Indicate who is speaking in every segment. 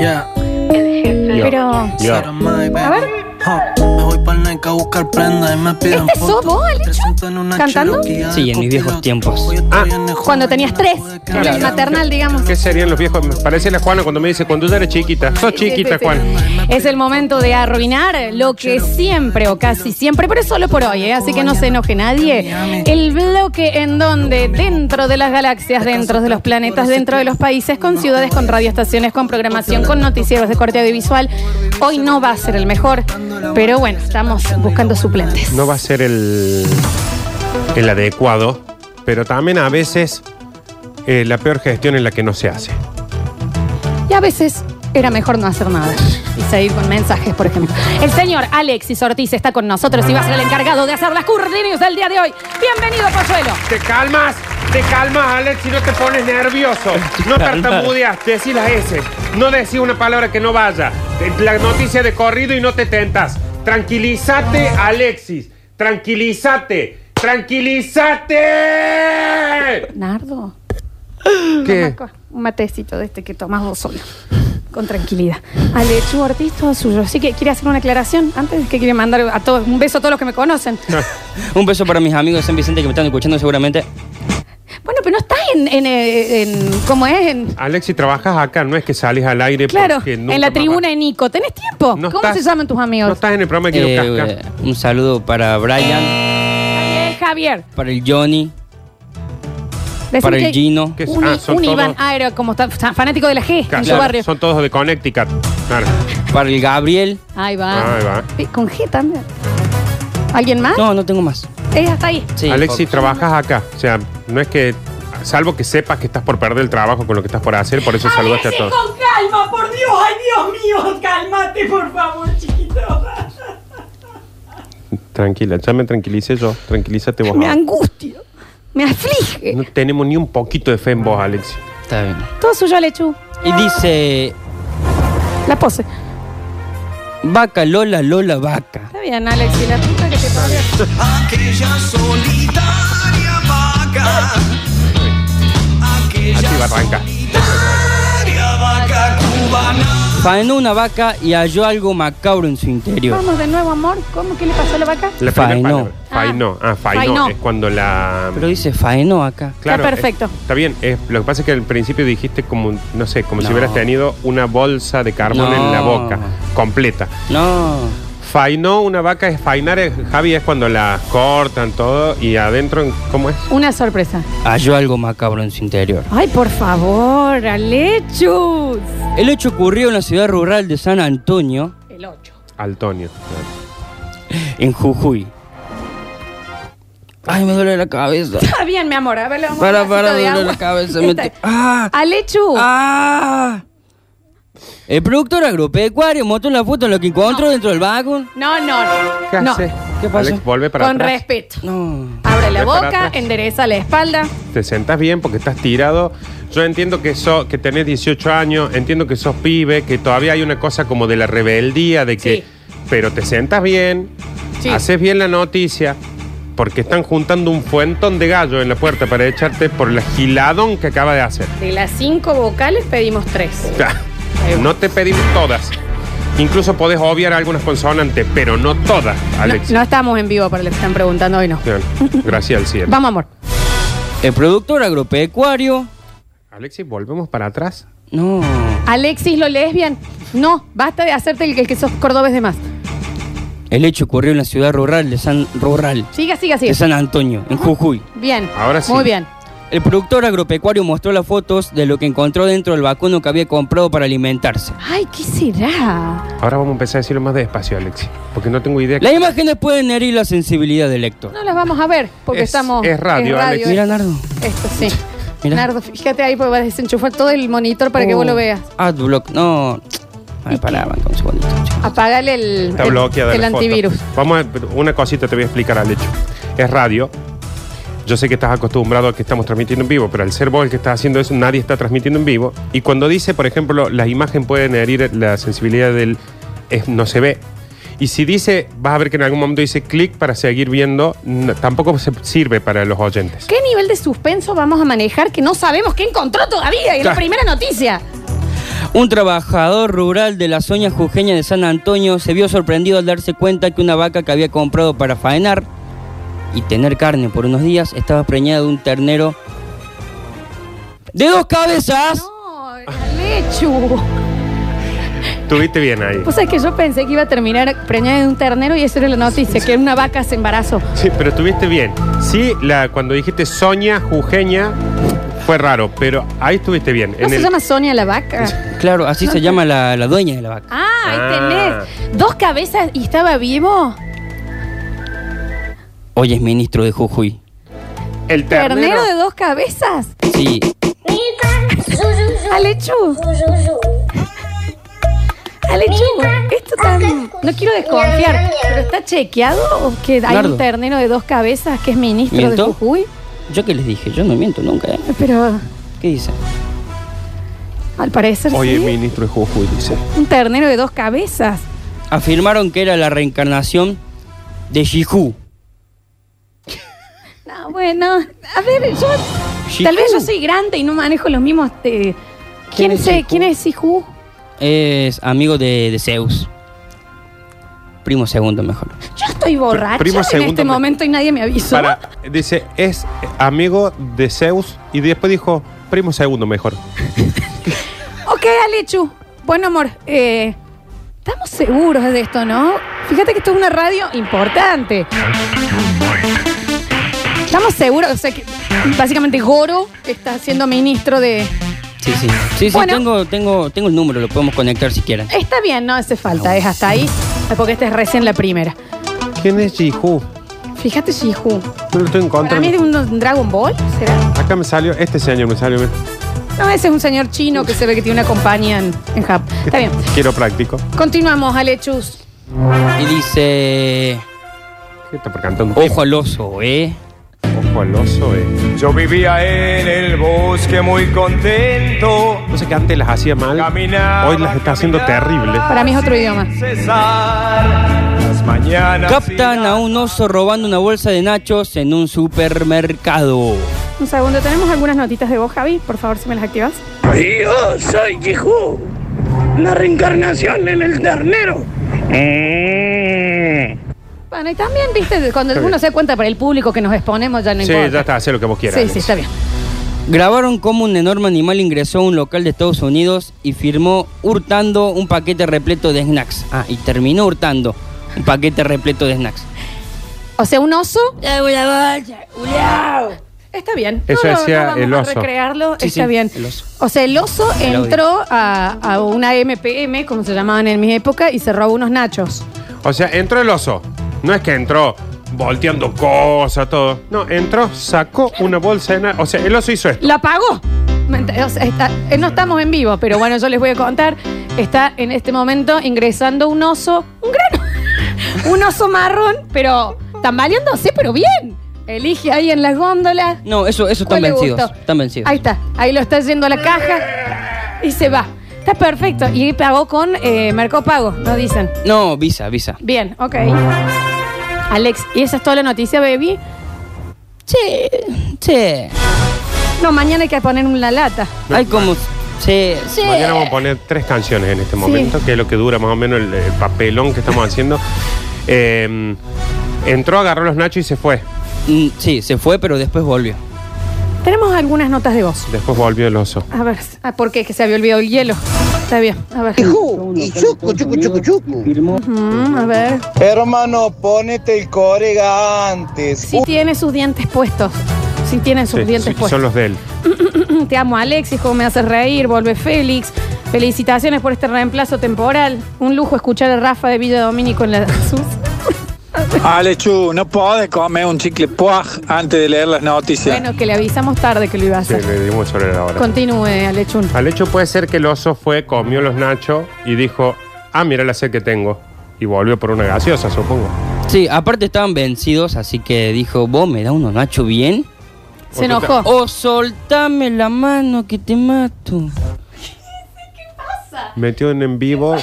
Speaker 1: Yeah,
Speaker 2: El jefe. Pero.
Speaker 1: out of my bag.
Speaker 2: A ver.
Speaker 1: Huh. Me voy para el a buscar prenda y me piden
Speaker 2: ¿Este sos
Speaker 1: fotos.
Speaker 2: vos, Alecho?
Speaker 1: Te siento en una
Speaker 2: ¿Cantando?
Speaker 1: Cherokee de
Speaker 3: Sí, en mis viejos tiempos.
Speaker 1: Hoy
Speaker 4: Ah.
Speaker 1: estoy en el
Speaker 2: Cuando tenías tres. En
Speaker 1: Claro.
Speaker 2: el maternal, digamos.
Speaker 5: ¿Qué serían los viejos? Me parece la Juana cuando me dice, cuando tú eres chiquita. Sos chiquita, Juan.
Speaker 2: Es el momento de arruinar lo que siempre o casi siempre, pero es solo por hoy, ¿eh? así que no se enoje nadie. El bloque en donde dentro de las galaxias, dentro de los planetas, dentro de los países, con ciudades, con radioestaciones, con programación, con noticieros de corte audiovisual, hoy no va a ser el mejor, pero bueno, estamos buscando suplentes.
Speaker 5: No va a ser el, el adecuado, pero también a veces eh, la peor gestión es la que no se hace.
Speaker 2: Y a veces era mejor no hacer nada. Y seguir con mensajes, por ejemplo. El señor Alexis Ortiz está con nosotros y va a ser el encargado de hacer las curtinews del día de hoy. Bienvenido, Pozuelo.
Speaker 5: Te calmas, te calmas, Alex, si no te pones nervioso. No
Speaker 3: Calma.
Speaker 5: tartamudeas, decís las S. No decís una palabra que no vaya. Te- La noticia de corrido y no te tentas. Tranquilízate, Alexis. Tranquilízate. Tranquilízate.
Speaker 2: Nardo,
Speaker 5: ¿Qué?
Speaker 2: Marco, un matecito de este que tomás vos solo. Con tranquilidad. Alechu Ortiz, todo suyo. Así que quiere hacer una aclaración antes que quiere mandar a todos un beso a todos los que me conocen.
Speaker 3: Un beso para mis amigos de San Vicente que me están escuchando seguramente.
Speaker 2: Bueno, pero no estás en, en, eh, en- ¿cómo es? En,
Speaker 5: Alexis, trabajas acá, no es que sales al aire.
Speaker 2: claro,
Speaker 5: porque nunca
Speaker 2: en la
Speaker 5: más
Speaker 2: tribuna
Speaker 5: vas.
Speaker 2: de Nico. ¿Tenés tiempo?
Speaker 5: No
Speaker 2: ¿Cómo
Speaker 5: estás-
Speaker 2: se llaman tus
Speaker 5: No
Speaker 2: amigos?
Speaker 5: estás en el programa de Quiero
Speaker 3: Eh,
Speaker 5: Casca.
Speaker 3: un saludo para Brian,
Speaker 2: Javier, Javier.
Speaker 3: para el Johnny,
Speaker 2: Decime
Speaker 3: para
Speaker 2: que
Speaker 3: el
Speaker 2: hay
Speaker 3: Gino.
Speaker 5: ¿Qué es?
Speaker 2: Un,
Speaker 5: Ah, son
Speaker 2: un
Speaker 5: todos-
Speaker 2: Iván Aero, como está, está fanático de la G en su
Speaker 5: Claro,
Speaker 2: barrio.
Speaker 5: Son todos de Connecticut. Claro.
Speaker 3: para el Gabriel.
Speaker 2: Ahí va.
Speaker 5: Ahí va.
Speaker 2: Sí, Con G también. ¿Alguien más?
Speaker 3: No, no tengo más.
Speaker 2: Es hasta ahí.
Speaker 3: Sí,
Speaker 5: Alexis,
Speaker 3: pocos.
Speaker 5: trabajas acá. O sea, no es que. Salvo que sepas que estás por perder el trabajo con lo que estás por hacer, por eso saludaste a todos.
Speaker 6: con calma, por Dios, ay Dios mío, cálmate, por favor, chiquito.
Speaker 5: Tranquila, ya me tranquilicé yo. Tranquilízate vos.
Speaker 2: Me
Speaker 5: ahora.
Speaker 2: angustio. Me aflige.
Speaker 5: No tenemos ni un poquito de fe en vos, Alexis.
Speaker 3: Está bien.
Speaker 2: Todo suyo, Lechu.
Speaker 3: Y dice,
Speaker 2: La pose.
Speaker 3: vaca, Lola, Lola, vaca.
Speaker 2: Está bien, Alex. Y la puta que te parió.
Speaker 7: Aquella solitaria vaca,
Speaker 5: Así va, arranca.
Speaker 7: solitaria vaca cubana.
Speaker 3: Faenó una vaca y halló algo macabro en su interior.
Speaker 2: Vamos de nuevo, amor. ¿Cómo? ¿Qué le pasó a la vaca?
Speaker 5: La
Speaker 3: Faenó.
Speaker 5: primera palabra.
Speaker 2: Ah.
Speaker 5: Fainó. Ah, fainó.
Speaker 2: Fainó.
Speaker 5: Es cuando la.
Speaker 3: Pero dice faenó acá.
Speaker 2: Está perfecto.
Speaker 5: eh, Está bien. eh, lo que pasa es que al principio dijiste como, no sé, como si
Speaker 3: No.
Speaker 5: hubieras tenido una bolsa de carbón
Speaker 3: No.
Speaker 5: en la boca, completa.
Speaker 3: No.
Speaker 5: Fainó una vaca es fainar, eh, Javi, es cuando la cortan todo y adentro, ¿cómo es?
Speaker 2: Una sorpresa.
Speaker 3: Halló algo macabro en su interior.
Speaker 2: Ay, por favor, Alechu.
Speaker 3: El hecho ocurrió en la ciudad rural de San Antonio,
Speaker 2: El 8.
Speaker 5: Altonio.
Speaker 3: en Jujuy. Ay, me duele la cabeza.
Speaker 2: Está bien, mi amor. A ver, le vamos a
Speaker 3: Para,
Speaker 2: dar un
Speaker 3: para,
Speaker 2: vasito de
Speaker 3: duele
Speaker 2: agua.
Speaker 3: la cabeza, me
Speaker 2: Está-
Speaker 3: te- ¡Ah!
Speaker 2: Alechu.
Speaker 3: ¡Ah! El productor agropecuario mostró la foto de lo que encontró dentro del vagón.
Speaker 2: No, no, no.
Speaker 5: ¿Qué
Speaker 2: No.
Speaker 5: hace?
Speaker 3: ¿Qué pasa?
Speaker 5: Alex, vuelve para
Speaker 2: Con
Speaker 5: atrás.
Speaker 2: respeto.
Speaker 3: No.
Speaker 2: Abre la
Speaker 5: Ve para
Speaker 2: boca,
Speaker 5: atrás.
Speaker 2: endereza la espalda.
Speaker 5: Te sentás bien porque estás tirado. Yo entiendo que so- que tenés 18 años, entiendo que sos pibe, que todavía hay una cosa como de la rebeldía, de que.
Speaker 2: Sí.
Speaker 5: Pero te sentas bien,
Speaker 2: Sí.
Speaker 5: haces bien la noticia, porque están juntando un fuentón de gallo en la puerta para echarte por la giladón que acaba de hacer.
Speaker 2: De las cinco vocales pedimos tres.
Speaker 5: Ya. No te pedimos todas. Incluso podés obviar algunas consonantes, pero no todas,
Speaker 2: No,
Speaker 5: Alexis.
Speaker 2: no estamos en vivo para lo que están preguntando hoy, no.
Speaker 5: Bien, Gracias al cielo.
Speaker 2: Vamos, amor.
Speaker 3: El productor agropecuario.
Speaker 5: Alexis, volvemos para atrás.
Speaker 3: No.
Speaker 2: Alexis, lo lesbian. No, basta de hacerte el que, el que sos cordobés de más.
Speaker 3: El hecho ocurrió en la ciudad rural de San Rural
Speaker 2: Siga, siga,
Speaker 3: de
Speaker 2: siga.
Speaker 3: San Antonio, en Jujuy.
Speaker 2: Bien.
Speaker 5: Ahora sí.
Speaker 2: Muy bien.
Speaker 3: El productor agropecuario mostró las fotos de lo que encontró dentro del vacuno que había comprado para alimentarse.
Speaker 2: Ay, ¿qué será?
Speaker 5: Ahora vamos a empezar a decirlo más despacio, Alexis, porque no tengo idea.
Speaker 3: Las imágenes pueden herir la sensibilidad del lector.
Speaker 2: No las vamos a ver porque
Speaker 5: Es-
Speaker 2: estamos.
Speaker 5: es radio, Alexis.
Speaker 3: Mira, Nardo.
Speaker 2: Esto sí.
Speaker 3: Mira.
Speaker 2: Nardo, fíjate ahí porque vas a desenchufar todo el monitor para que
Speaker 5: Uh.
Speaker 3: Oh.
Speaker 2: vos lo veas.
Speaker 3: Adblock, no. Para, para, banca un segundito. chico.
Speaker 2: Apagale el,
Speaker 5: Está
Speaker 2: el-
Speaker 5: bloqueada
Speaker 2: el
Speaker 5: la foto.
Speaker 2: antivirus.
Speaker 5: Vamos a, una cosita te voy a explicar al hecho. Es radio. Yo sé que estás acostumbrado a que estamos transmitiendo en vivo, pero al ser vos el que estás haciendo eso, nadie está transmitiendo en vivo. Y cuando dice, por ejemplo, las imágenes pueden herir la sensibilidad del es- no se ve. Y si dice, vas a ver que en algún momento dice clic para seguir viendo, no- tampoco se sirve para los oyentes.
Speaker 2: ¿Qué nivel de suspenso vamos a manejar que no sabemos qué encontró todavía? Y es la
Speaker 5: Claro.
Speaker 2: primera noticia.
Speaker 3: Un trabajador rural de la zona jujeña de San Antonio se vio sorprendido al darse cuenta que una vaca que había comprado para faenar y tener carne por unos días estaba preñada de un ternero de dos cabezas.
Speaker 2: No, Lechu.
Speaker 5: Tuviste bien ahí.
Speaker 2: Vos sabés que yo pensé que iba a terminar preñada de un ternero y esa era la noticia, que una vaca se embarazó.
Speaker 5: Sí, pero estuviste bien. Sí, la, cuando dijiste Sonia, Jujeña, fue raro, pero ahí estuviste bien.
Speaker 2: ¿No
Speaker 5: En
Speaker 2: se
Speaker 5: el-
Speaker 2: llama Sonia la vaca?
Speaker 3: Claro, así se llama la, la dueña de la vaca.
Speaker 2: Ah, ahí
Speaker 5: Ah.
Speaker 2: tenés. Dos cabezas y estaba vivo.
Speaker 3: Hoy es ministro de Jujuy.
Speaker 5: el
Speaker 2: Ternero,
Speaker 5: ternero
Speaker 2: de dos cabezas.
Speaker 3: Sí,
Speaker 2: Alechu. Alechu. Esto tan. No quiero desconfiar, pero está chequeado o que hay
Speaker 3: Nardo.
Speaker 2: un ternero de dos cabezas que es ministro
Speaker 3: ¿Miento?
Speaker 2: de Jujuy.
Speaker 3: yo que les dije, yo no miento nunca, ¿eh?
Speaker 2: Pero
Speaker 3: ¿Qué dicen?
Speaker 2: al parecer
Speaker 5: Oye,
Speaker 2: sí.
Speaker 5: ministro de Jujuy, dice.
Speaker 2: Un ternero de dos cabezas.
Speaker 3: Afirmaron que era la reencarnación de Shihu.
Speaker 2: No, bueno, a ver, yo.
Speaker 3: Shihu.
Speaker 2: Tal vez yo soy grande y no manejo los mismos. eh,
Speaker 3: ¿Quién
Speaker 2: ¿Quién,
Speaker 3: es
Speaker 2: sé,
Speaker 3: Shihu?
Speaker 2: ¿Quién es Sihu?
Speaker 3: Es amigo de, de Zeus. Primo segundo, mejor.
Speaker 2: Yo estoy borracha
Speaker 5: primo
Speaker 2: en
Speaker 5: segundo
Speaker 2: este
Speaker 5: me-
Speaker 2: momento y nadie me avisó.
Speaker 5: Para, dice, es amigo de Zeus y después dijo, primo segundo mejor.
Speaker 2: Ok, Alechu. Bueno, amor, eh, estamos seguros de esto, ¿no? Fíjate que esto es una radio importante. Estamos seguros, o sea que básicamente Goro está siendo ministro de...
Speaker 3: Sí, sí. Sí, sí,
Speaker 2: Bueno.
Speaker 3: tengo, tengo, tengo el número, lo podemos conectar si quieren.
Speaker 2: Está bien, no hace falta, es hasta ahí, porque esta es recién la primera.
Speaker 5: ¿Quién es Jihu?
Speaker 2: Fíjate, Shihu.
Speaker 5: No lo estoy
Speaker 2: Para
Speaker 5: encontrando.
Speaker 2: mí es de un Dragon Ball, ¿será?
Speaker 5: Acá me salió, este señor me salió, mira.
Speaker 2: No, ese es un señor chino que se ve que tiene una compañía en, en Japón. Está bien.
Speaker 5: quiero práctico.
Speaker 2: Continuamos, Alechus.
Speaker 3: Y dice.
Speaker 5: ¿Qué está cantando?
Speaker 3: Ojo al oso, ¿eh?
Speaker 5: Ojo al oso, eh.
Speaker 8: Yo vivía en el bosque muy contento.
Speaker 5: No sé que antes las hacía mal,
Speaker 8: Caminaba,
Speaker 5: hoy las está haciendo
Speaker 8: caminaba.
Speaker 5: terrible.
Speaker 2: Para mí es otro idioma.
Speaker 8: Cesar. Las mañanas.
Speaker 3: Captan a un oso robando una bolsa de nachos en un supermercado.
Speaker 2: Un segundo, tenemos algunas notitas de vos, Javi. Por favor, si me las activas.
Speaker 9: Yo soy Jihu, la reencarnación en el ternero.
Speaker 2: Bueno, y también, viste, cuando uno se da cuenta para el público que nos exponemos, ya no
Speaker 5: Sí,
Speaker 2: importa.
Speaker 5: ya está, haz lo que vos quieras.
Speaker 2: Sí, sí, está bien.
Speaker 3: Grabaron cómo un enorme animal ingresó a un local de Estados Unidos y firmó hurtando un paquete repleto de snacks. Ah, y terminó hurtando un paquete repleto de snacks.
Speaker 2: O sea, un oso. Está bien.
Speaker 5: Eso
Speaker 2: No, no,
Speaker 5: decía
Speaker 2: no vamos
Speaker 5: el
Speaker 2: a
Speaker 5: oso.
Speaker 2: recrearlo.
Speaker 3: Sí,
Speaker 2: está
Speaker 3: sí,
Speaker 2: bien.
Speaker 3: el oso.
Speaker 2: O sea, el oso
Speaker 3: El audio.
Speaker 2: entró a, a una MPM, como se llamaban en mi época, y se robó unos nachos.
Speaker 5: O sea, entró el oso. No es que entró volteando cosas, todo. No, entró, sacó una bolsa de na- O sea, el oso hizo esto.
Speaker 2: ¡La pagó! Me ent- o sea, está- eh, no estamos en vivo, pero bueno, yo les voy a contar. Está en este momento ingresando un oso, un gran, un oso marrón, pero tambaleándose, pero bien. Elige ahí en las góndolas.
Speaker 3: No, eso, eso
Speaker 2: ¿Cuál le
Speaker 3: están vencidos.
Speaker 2: gustó?
Speaker 3: Están vencidos.
Speaker 2: Ahí está, ahí lo está yendo a la caja y se va. Está perfecto. Y pagó con eh, Mercado Pago, nos dicen.
Speaker 3: No, visa, visa.
Speaker 2: Bien, ok. Alex, ¿y esa es toda la noticia, baby?
Speaker 3: Che, che.
Speaker 2: No, mañana hay que poner una lata.
Speaker 3: Hay como. Che, che.
Speaker 5: Mañana vamos a poner tres canciones en este momento, que es lo que dura más o menos el, el papelón que estamos haciendo. Eh, entró, agarró los nachos y se fue.
Speaker 3: Mm, Sí, se fue, pero después volvió.
Speaker 2: Tenemos algunas notas de voz.
Speaker 5: Después volvió el oso.
Speaker 2: A ver, ah, ¿por qué? Que se había olvidado el hielo. Está bien, a ver.
Speaker 9: Y chucu, chucu, chucu, chucu.
Speaker 2: Mm, a ver.
Speaker 10: Hermano, ponete el corega antes.
Speaker 2: Sí tiene sus dientes puestos. Sí tiene sus
Speaker 5: Sí,
Speaker 2: dientes
Speaker 5: sí,
Speaker 2: puestos.
Speaker 5: son los de él.
Speaker 2: Te amo, Alexis, cómo me haces reír. Vuelve Félix. Felicitaciones por este reemplazo temporal. Un lujo escuchar a Rafa de Villa Domínico en la SUS.
Speaker 11: Alechu, no podés comer un chicle puaj antes de leer las noticias.
Speaker 2: Bueno, que le avisamos tarde que lo iba a
Speaker 5: Sí, Ah,
Speaker 2: hacer.
Speaker 5: le dimos sobre la hora.
Speaker 2: Continúe, Alechun.
Speaker 5: Al hecho puede ser que el oso fue, comió los nachos y dijo, ah, mira la sed que tengo. Y volvió por una gaseosa, supongo.
Speaker 3: Sí, aparte estaban vencidos, así que dijo, vos me da unos nachos bien.
Speaker 2: Se enojó.
Speaker 3: O soltame la mano que te mato.
Speaker 5: Metió en en vivo.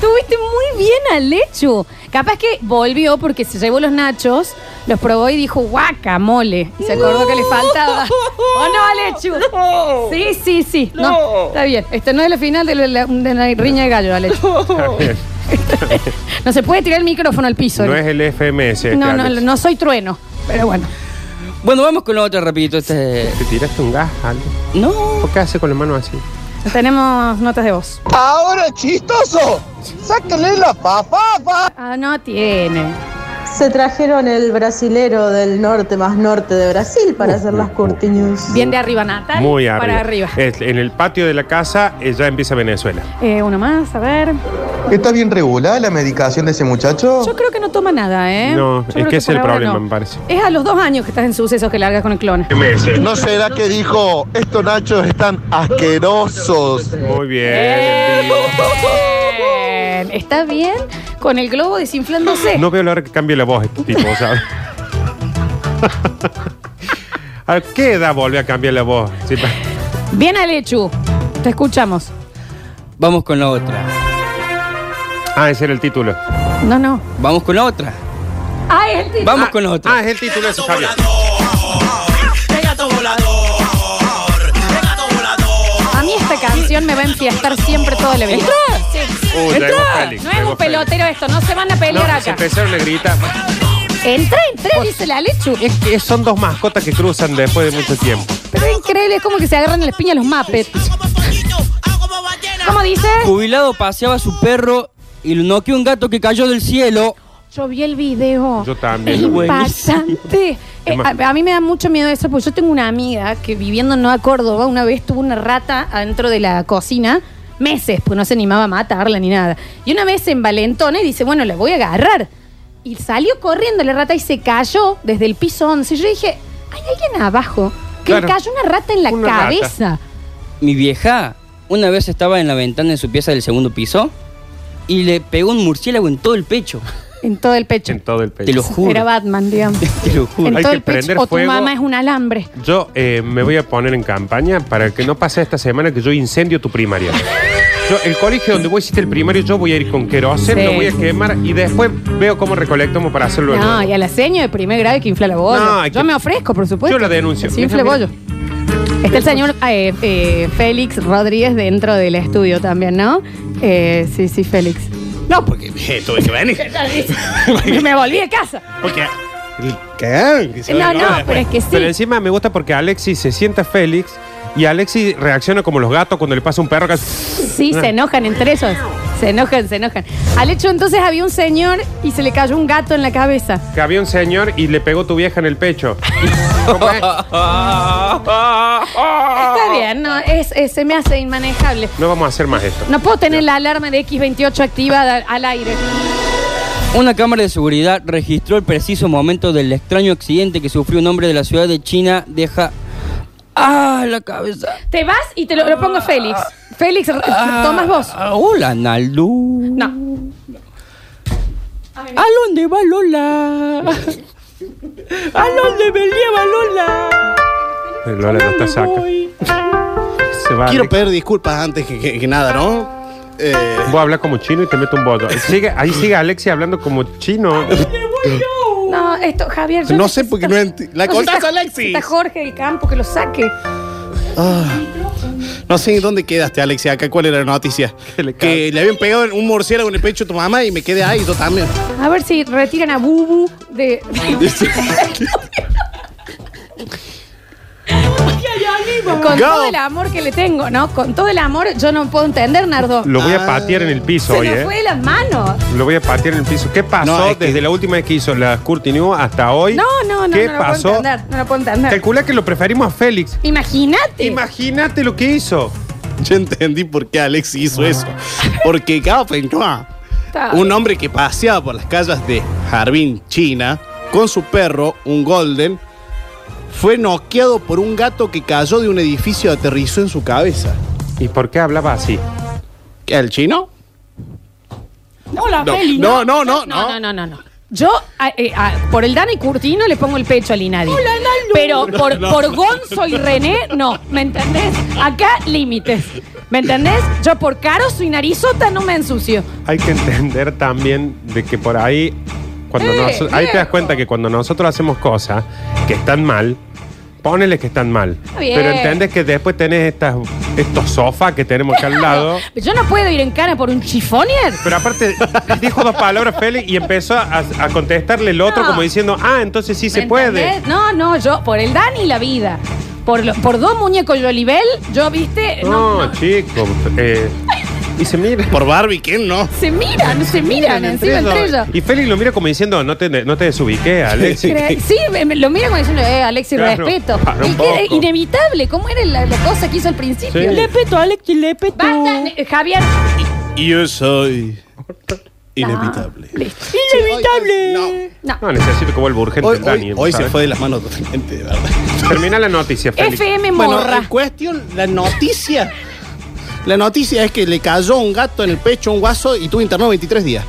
Speaker 2: Tuviste muy bien al hecho. Capaz que volvió porque se llevó los nachos, los probó y dijo guacamole. Y se acordó que le faltaba. ¿O no, Alechu? Sí, sí, sí. No.
Speaker 6: No.
Speaker 2: está bien. Esto no es la final de la, de la riña de gallo, Alechu. No. se puede tirar el micrófono al piso.
Speaker 5: No es el FMS. este,
Speaker 2: no, no,
Speaker 5: Alex.
Speaker 2: no soy trueno. Pero bueno.
Speaker 3: Bueno, vamos con la otra rapidito. Este...
Speaker 5: ¿Te tiraste un gas, Ale?
Speaker 3: No.
Speaker 5: ¿Por qué hace con la mano así?
Speaker 2: Tenemos notas de voz.
Speaker 10: Ahora chistoso. Sáquenle la papa.
Speaker 2: Ah, no tiene.
Speaker 12: Se trajeron el brasilero del norte más norte de Brasil
Speaker 5: Uh,
Speaker 12: para hacer las cortiñas.
Speaker 2: Bien de arriba, Natal.
Speaker 5: Muy arriba. Eh.
Speaker 2: Para arriba.
Speaker 5: Es- en el patio de la casa eh, ya empieza Venezuela.
Speaker 2: Eh, uno más, a ver.
Speaker 4: ¿Está bien regulada la medicación de ese muchacho?
Speaker 2: Yo creo que no toma nada, ¿eh?
Speaker 5: No,
Speaker 2: Yo
Speaker 5: es
Speaker 2: creo
Speaker 5: que ese es
Speaker 2: por
Speaker 5: el
Speaker 2: ahora
Speaker 5: problema,
Speaker 2: no.
Speaker 5: me parece.
Speaker 2: Es a los dos años que estás en sucesos que largas con el clona.
Speaker 4: ¿No será que dijo, estos nachos están asquerosos?
Speaker 5: Muy bien.
Speaker 2: Eh. Bien. Está bien con el globo desinflándose.
Speaker 5: No veo la hora que cambie la voz este tipo, ¿sabes? ¿A qué edad volvió a cambiar la voz? Sí, pa-
Speaker 2: Bien, Alechu. Te escuchamos.
Speaker 3: Vamos con la otra.
Speaker 5: Ah, ese era el título.
Speaker 2: No, no.
Speaker 3: Vamos con la otra.
Speaker 2: Ah, es el título.
Speaker 3: Vamos con la otra.
Speaker 5: Ah, es el título ese, Javier.
Speaker 2: A mí esta canción me va a enfiestar siempre toda la vida.
Speaker 3: ¡Entra!
Speaker 2: Sí.
Speaker 5: Uy,
Speaker 2: ¡Entra!
Speaker 5: llegó Félix,
Speaker 2: no es
Speaker 5: llegó
Speaker 2: un pelotero esto, no se van a
Speaker 5: No,
Speaker 2: pelear
Speaker 5: se
Speaker 2: acá.
Speaker 5: empezaron a gritar.
Speaker 2: Entra, entra, dice la Alechu.
Speaker 5: Es que son dos mascotas que cruzan después de mucho tiempo.
Speaker 2: Pero es increíble, es como que se agarran las piñas los Muppets. ¿Cómo dice?
Speaker 3: Jubilado paseaba a su perro y lo noqueó un gato que cayó del cielo.
Speaker 2: Yo vi el video.
Speaker 5: Yo
Speaker 2: Es
Speaker 5: también. lo vi.
Speaker 2: impactante. Eh, a, a mí me da mucho miedo eso, porque yo tengo una amiga que viviendo en Nueva Córdoba, una vez tuvo una rata adentro de la cocina, meses, pues no se animaba a matarla ni nada. Y una vez se envalentona y dice, bueno, la voy a agarrar. Y salió corriendo la rata y se cayó desde el piso 11. Y yo dije, hay alguien abajo que le
Speaker 3: Claro.
Speaker 2: cayó una rata en la
Speaker 3: Una rata.
Speaker 2: cabeza.
Speaker 3: Mi vieja una vez estaba en la ventana de su pieza del segundo piso y le pegó un murciélago en todo el pecho.
Speaker 2: En todo el pecho.
Speaker 5: En todo el pecho.
Speaker 3: Te lo juro.
Speaker 2: Era Batman, digamos.
Speaker 3: Te lo juro.
Speaker 2: En
Speaker 5: Hay
Speaker 2: todo
Speaker 5: que
Speaker 2: el pecho.
Speaker 5: prender
Speaker 2: O tu
Speaker 5: fuego.
Speaker 2: mamá es un alambre.
Speaker 5: Yo eh, me voy a poner en campaña para que no pase esta semana que yo incendio tu primaria. Yo, el colegio donde vos hiciste el primario, yo voy a ir con queroseno,
Speaker 2: Sí.
Speaker 5: lo voy a quemar y después veo cómo recolectamos para hacerlo. de
Speaker 2: No,
Speaker 5: nuevo.
Speaker 2: y a la seño de primer grado que infla la bollo.
Speaker 5: No, hay
Speaker 2: Yo
Speaker 5: que-
Speaker 2: me ofrezco, por supuesto.
Speaker 5: Yo la denuncio.
Speaker 2: Sí, infla
Speaker 5: Mira,
Speaker 2: bollo. Está el señor eh, eh, Félix Rodríguez dentro del estudio también, ¿no? Eh, sí, sí, Félix. No, porque
Speaker 13: Eh, tuve que venir.
Speaker 2: me volví de casa.
Speaker 13: Porque. ¿Qué? Que se
Speaker 2: No,
Speaker 13: va a
Speaker 2: no,
Speaker 13: grabar
Speaker 2: pero
Speaker 13: después.
Speaker 2: es que sí.
Speaker 5: Pero encima me gusta porque Alexis se sienta Félix y Alexis reacciona como los gatos cuando le pasa un perro que hace-
Speaker 2: Sí, se enojan entre ellos. Se enojan, se enojan. Al hecho, entonces había un señor y se le cayó un gato en la cabeza.
Speaker 5: Que había un señor y le pegó tu vieja en el pecho. ¿Cómo es? Ah.
Speaker 2: Está bien, no, es, es- se me hace inmanejable.
Speaker 5: No vamos a hacer más esto.
Speaker 2: No puedo tener la alarma de X28 activada al aire.
Speaker 3: Una cámara de seguridad registró el preciso momento del extraño accidente que sufrió un hombre de la ciudad de China. Deja. ¡Ah! La cabeza.
Speaker 2: Te vas y te lo, lo pongo Félix. Félix, r- tomas vos.
Speaker 3: Ah, hola, Naldu.
Speaker 2: No.
Speaker 3: ¿A dónde va Lola? ¿A dónde me lleva Lola?
Speaker 5: Pero Lola no está saca. Se va.
Speaker 13: Quiero
Speaker 5: Alex.
Speaker 13: pedir disculpas antes que, que- que nada, ¿no? Eh,
Speaker 5: Vos hablas como chino y te meto un voto. Sigue, ahí sigue Alexis hablando como chino.
Speaker 2: No, esto, Javier.
Speaker 13: No sé porque no enti- La
Speaker 2: contás,
Speaker 13: contás, Alexis.
Speaker 2: Está Jorge del campo que lo saque.
Speaker 13: Ah. No sé dónde quedaste, Alexis. Acá, ¿cuál era la noticia? Que le habían pegado un murciélago en el pecho a tu mamá y me quedé ahí, yo también.
Speaker 2: A ver si retiran a Bubu de. Con
Speaker 5: Go.
Speaker 2: todo el amor que le tengo, ¿no? Con todo el amor, yo no puedo entender, Nardo.
Speaker 5: Lo
Speaker 13: Ah.
Speaker 5: voy a patear en el piso
Speaker 2: Se
Speaker 5: hoy,
Speaker 2: nos
Speaker 5: ¿eh?
Speaker 2: fue de las manos.
Speaker 5: Lo voy a patear en el piso. ¿Qué pasó
Speaker 13: No, es que-
Speaker 5: desde la última vez que hizo la Curti New hasta hoy?
Speaker 2: No, no, no,
Speaker 5: ¿Qué
Speaker 2: no lo puedo
Speaker 5: pasó?
Speaker 2: entender. No lo puedo entender.
Speaker 5: Calcula que lo preferimos a Félix.
Speaker 2: Imagínate.
Speaker 5: Imagínate lo que hizo.
Speaker 13: Yo entendí por qué Alexis hizo eso. Porque Gao Feng Chua
Speaker 2: Está
Speaker 13: Un hombre que paseaba por las calles de Harbin, China, con su perro, un golden, fue noqueado por un gato que cayó de un edificio y aterrizó en su cabeza.
Speaker 5: ¿Y por qué hablaba así?
Speaker 13: ¿El chino?
Speaker 2: Hola,
Speaker 13: No,
Speaker 2: Feli.
Speaker 13: no, no, no,
Speaker 2: no, no, no, no. Yo, a- eh, a- por el Dani Curtino le pongo el pecho al Inadi. Pero por,
Speaker 13: No, no,
Speaker 2: por
Speaker 13: no.
Speaker 2: Gonzo y René, no. ¿Me entendés? Acá, límites. ¿Me entendés? Yo por Caroso y Narizota no me ensucio.
Speaker 5: Hay que entender también de que por ahí, cuando
Speaker 2: Eh,
Speaker 5: nos- ahí te das
Speaker 2: viejo.
Speaker 5: cuenta que cuando nosotros hacemos cosas que están mal, ponele que están mal.
Speaker 2: bien.
Speaker 5: Pero entiendes que después tenés estas, estos sofás que tenemos acá al lado.
Speaker 2: Yo no puedo ir en cara por un chifonier.
Speaker 5: Pero aparte, dijo dos palabras Félix y empezó a, a contestarle el otro
Speaker 2: No.
Speaker 5: como diciendo, ah, entonces sí se
Speaker 2: ¿Me
Speaker 5: puede.
Speaker 2: entendés? No, no, yo por el Dani la vida. Por, lo- por dos muñecos Yolibel, yo, viste, no,
Speaker 5: No, chico. eh, y se mira.
Speaker 13: Por Barbie, ¿quién no?
Speaker 2: se miran, se miran encima entre ellos.
Speaker 5: Y Félix lo mira como diciendo, no te, no te desubiqué, Alexis.
Speaker 2: Cre- Sí, me- me- lo mira como diciendo, eh, Alexi,
Speaker 5: Claro,
Speaker 2: respeto.
Speaker 13: Ah,
Speaker 5: para un
Speaker 2: Y que era
Speaker 5: poco.
Speaker 2: inevitable, ¿cómo era la, la cosa que hizo al principio?
Speaker 13: Sí. Le
Speaker 2: peto, Alexi, le peto. Basta, eh, Javier.
Speaker 13: Yo soy inevitable.
Speaker 2: Inevitable. no.
Speaker 5: No, necesito como el urgente
Speaker 13: Hoy,
Speaker 5: el
Speaker 13: hoy-
Speaker 5: Dani.
Speaker 13: hoy se
Speaker 5: ¿sabes?
Speaker 13: fue de las manos totalmente, de verdad.
Speaker 5: Termina la noticia, Félix.
Speaker 2: FM
Speaker 13: Bueno,
Speaker 2: Morra.
Speaker 13: en cuestión, la noticia. La noticia es que le cayó un gato en el pecho a un guaso y tuvo internado 23 días.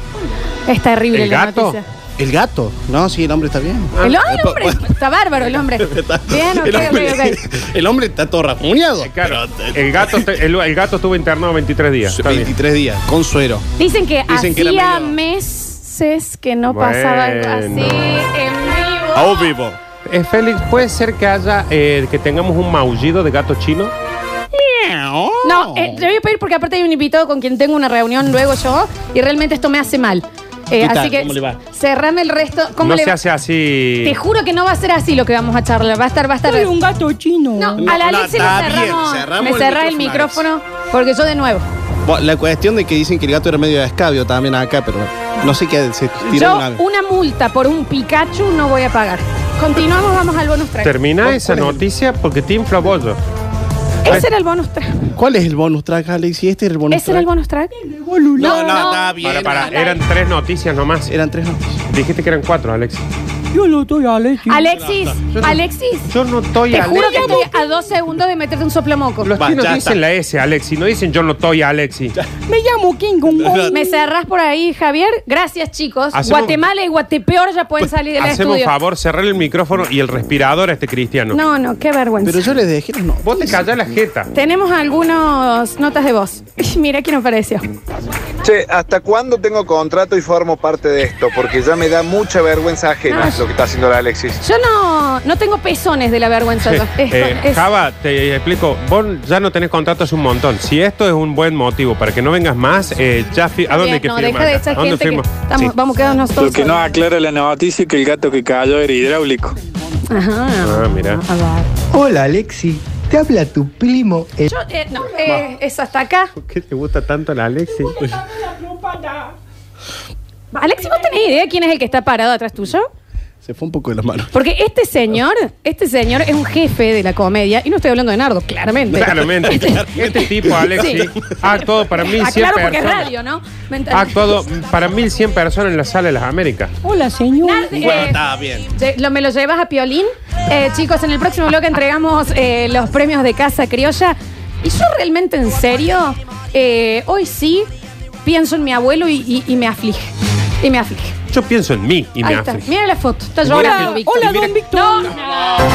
Speaker 2: Es terrible
Speaker 13: ¿El
Speaker 2: la
Speaker 13: gato? Ah,
Speaker 2: noticia.
Speaker 13: El gato. No, sí, el hombre está bien.
Speaker 2: El hombre,
Speaker 13: pues,
Speaker 2: está bárbaro el hombre. Bien, ok,
Speaker 13: el,
Speaker 2: ok,
Speaker 13: hombre,
Speaker 2: ok.
Speaker 13: el hombre está todo rapuñado.
Speaker 5: Eh, Claro, el gato, te- el, el gato estuvo internado 23 días. está bien.
Speaker 13: 23 días, con suero.
Speaker 2: Dicen que
Speaker 13: Dicen que era
Speaker 2: hacía
Speaker 13: medio-
Speaker 2: meses que no
Speaker 5: Bueno.
Speaker 2: pasaba algo así en vivo.
Speaker 13: A un vivo.
Speaker 5: Eh, Félix, ¿puede ser que haya, eh, que tengamos un maullido de gato chino?
Speaker 2: No, eh, te voy a pedir porque aparte hay un invitado con quien tengo una reunión luego yo y realmente esto me hace mal. Eh,
Speaker 13: ¿Qué
Speaker 2: así
Speaker 13: tal?
Speaker 2: que
Speaker 13: ¿Cómo le va?
Speaker 2: cerrame el resto. ¿Cómo
Speaker 5: no
Speaker 2: le
Speaker 5: se
Speaker 2: va?
Speaker 5: hace así.
Speaker 2: Te juro que no va a ser así lo que vamos a charlar. Va a estar, va a estar.
Speaker 3: Soy un gato chino.
Speaker 2: No,
Speaker 13: No,
Speaker 2: a la
Speaker 13: no,
Speaker 2: Alexi le
Speaker 13: está bien,
Speaker 2: cerramos.
Speaker 13: cerramos
Speaker 2: me
Speaker 13: el
Speaker 2: cerrá el
Speaker 13: micrófono,
Speaker 2: micrófono porque yo de nuevo.
Speaker 13: Bueno, la cuestión de que dicen que el gato era medio de escabio también acá, pero no sé qué, se tiró
Speaker 2: Yo
Speaker 13: una vez.
Speaker 2: una multa por un Pikachu no voy a pagar. Continuamos, vamos al bonus track.
Speaker 5: Termina
Speaker 13: ¿Cuál-
Speaker 5: esa
Speaker 13: cuál es el-
Speaker 5: noticia porque te infla bollo.
Speaker 2: Ese era el bonus track.
Speaker 13: ¿Cuál es el bonus track, Alex? ¿Y este era el bonus
Speaker 2: Ese era el
Speaker 13: track?
Speaker 2: bonus track.
Speaker 13: No, no,
Speaker 2: no.
Speaker 13: está bien.
Speaker 5: Para, para, eran tres noticias nomás.
Speaker 13: Eran tres noticias.
Speaker 5: Dijiste que eran cuatro, Alex.
Speaker 3: Yo lo estoy Alexi.
Speaker 2: Alexis, Alexis.
Speaker 5: Yo no estoy
Speaker 2: Te
Speaker 5: Alexi.
Speaker 2: juro que estoy a dos segundos de meterte un soplamoco.
Speaker 5: Los
Speaker 13: Va,
Speaker 5: chinos
Speaker 13: ya
Speaker 5: dicen
Speaker 13: está.
Speaker 5: la S, Alexi. No dicen yo no estoy Alexi.
Speaker 3: Me llamo King Kong.
Speaker 2: Me cerrás por ahí, Javier. Gracias, chicos.
Speaker 5: Hacemos- Pues,
Speaker 2: Guatemala y Guatepeor ya pueden salir del
Speaker 5: Hacemos un
Speaker 2: estudio.
Speaker 5: favor, cerrar el micrófono y el respirador a este cristiano.
Speaker 2: No, no, qué vergüenza.
Speaker 13: Pero yo les dejé los
Speaker 5: Vos te
Speaker 13: noticias.
Speaker 5: callás la jeta.
Speaker 2: Tenemos algunas notas de voz. Mira quién apareció.
Speaker 10: Che, Eh, ¿hasta cuándo tengo contrato y formo parte de esto? Porque ya me da mucha vergüenza ajena
Speaker 2: Ah.
Speaker 10: lo que está haciendo la Alexis.
Speaker 2: Yo no, no tengo pezones de la vergüenza. yo. Es-
Speaker 5: Eh,
Speaker 2: es-
Speaker 5: Java, te explico. Vos ya no tenés contrato hace un montón. Si esto es un buen motivo para que no vengas más, eh, ya fi- ¿a dónde hay que
Speaker 2: no,
Speaker 5: firmar?
Speaker 2: deja de
Speaker 5: ¿A
Speaker 2: esa
Speaker 5: dónde
Speaker 2: gente que
Speaker 5: firmo?
Speaker 2: estamos-
Speaker 5: Sí.
Speaker 2: vamos a quedarnos
Speaker 11: Lo
Speaker 2: todos
Speaker 11: que no
Speaker 2: solos.
Speaker 11: aclara la noticia es que el gato que cayó era hidráulico.
Speaker 2: Ajá.
Speaker 5: Ah, mira.
Speaker 2: A ver.
Speaker 14: Hola Alexi, te habla tu primo. el-
Speaker 2: Yo, eh, no, eh, eso hasta acá.
Speaker 5: ¿Por qué te gusta tanto la Alexi?
Speaker 2: Alexi, ¿vos tenés idea quién es el que está parado atrás tuyo?
Speaker 13: Se fue un poco de las manos.
Speaker 2: Porque este señor, este señor es un jefe de la comedia, y no estoy hablando de Nardo, claramente.
Speaker 5: Claramente. Este tipo, Alexi,
Speaker 2: Sí.
Speaker 5: ha actuado para 1100
Speaker 2: claro, porque es
Speaker 5: personas.
Speaker 2: radio, ¿no? ¿Me entiendes?
Speaker 5: Ha actuado para 1100 personas en la sala de las Américas.
Speaker 3: Hola, señor.
Speaker 2: Nardo, eh,
Speaker 13: Bueno, está bien.
Speaker 2: te- lo- me lo llevas a Piolín. Eh, chicos, en el próximo bloque entregamos eh, los premios de Casa Criolla. Y yo realmente, en serio, eh, hoy sí pienso en mi abuelo y, y- y me aflige. Y me aflige.
Speaker 5: Yo pienso en mí y me
Speaker 2: Ahí está.
Speaker 5: aflige.
Speaker 2: Mira la foto. Está
Speaker 5: Mira
Speaker 2: llorando,
Speaker 5: que-
Speaker 2: Víctor.
Speaker 5: Hola, don
Speaker 2: Víctor.